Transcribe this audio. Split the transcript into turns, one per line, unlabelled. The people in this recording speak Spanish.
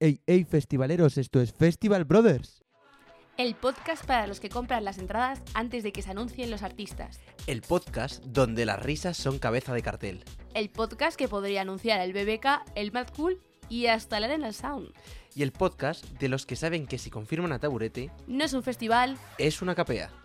Ey, ey, festivaleros, esto es Festival Brothers.
El podcast para los que compran las entradas antes de que se anuncien los artistas.
El podcast donde las risas son cabeza de cartel.
El podcast que podría anunciar el BBK, el Mad Cool y hasta el Arenal Sound.
Y el podcast de los que saben que si confirman a Taburete,
No es un festival,
es una capea.